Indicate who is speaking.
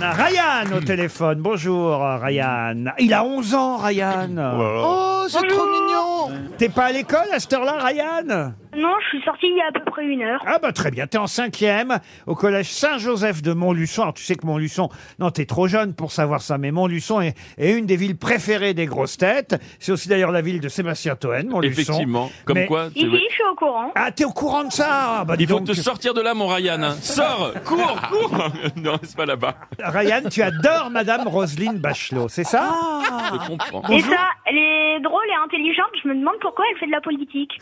Speaker 1: Ryan
Speaker 2: Hmm.
Speaker 1: au téléphone. Bonjour euh, Ryan. Il a 11 ans Ryan.
Speaker 3: Oh, c'est trop mignon
Speaker 1: T'es pas à l'école à cette heure-là Ryan
Speaker 4: Non, je suis sortie il y a à peu près une heure.
Speaker 1: Ah bah très bien, t'es en cinquième au collège Saint-Joseph de Montluçon. Alors tu sais que Montluçon, non t'es trop jeune pour savoir ça, mais Montluçon est, est une des villes préférées des grosses têtes. C'est aussi d'ailleurs la ville de Sébastien Toen, Montluçon.
Speaker 2: Effectivement. Comme
Speaker 1: Mais-
Speaker 2: quoi, tu-
Speaker 4: Ici, je suis au courant.
Speaker 1: Ah t'es au courant de ça Ah, bah, dis
Speaker 2: il faut
Speaker 1: donc.
Speaker 2: te sortir de là, mon Ryan. hein. Sors, cours, cours. non, c'est pas là-bas.
Speaker 1: Ryan, tu adores Madame Roselyne Bachelot, c'est ça
Speaker 2: Je comprends.
Speaker 4: Et ça, elle est drôle et intelligente. Je me demande pourquoi elle fait de la politique.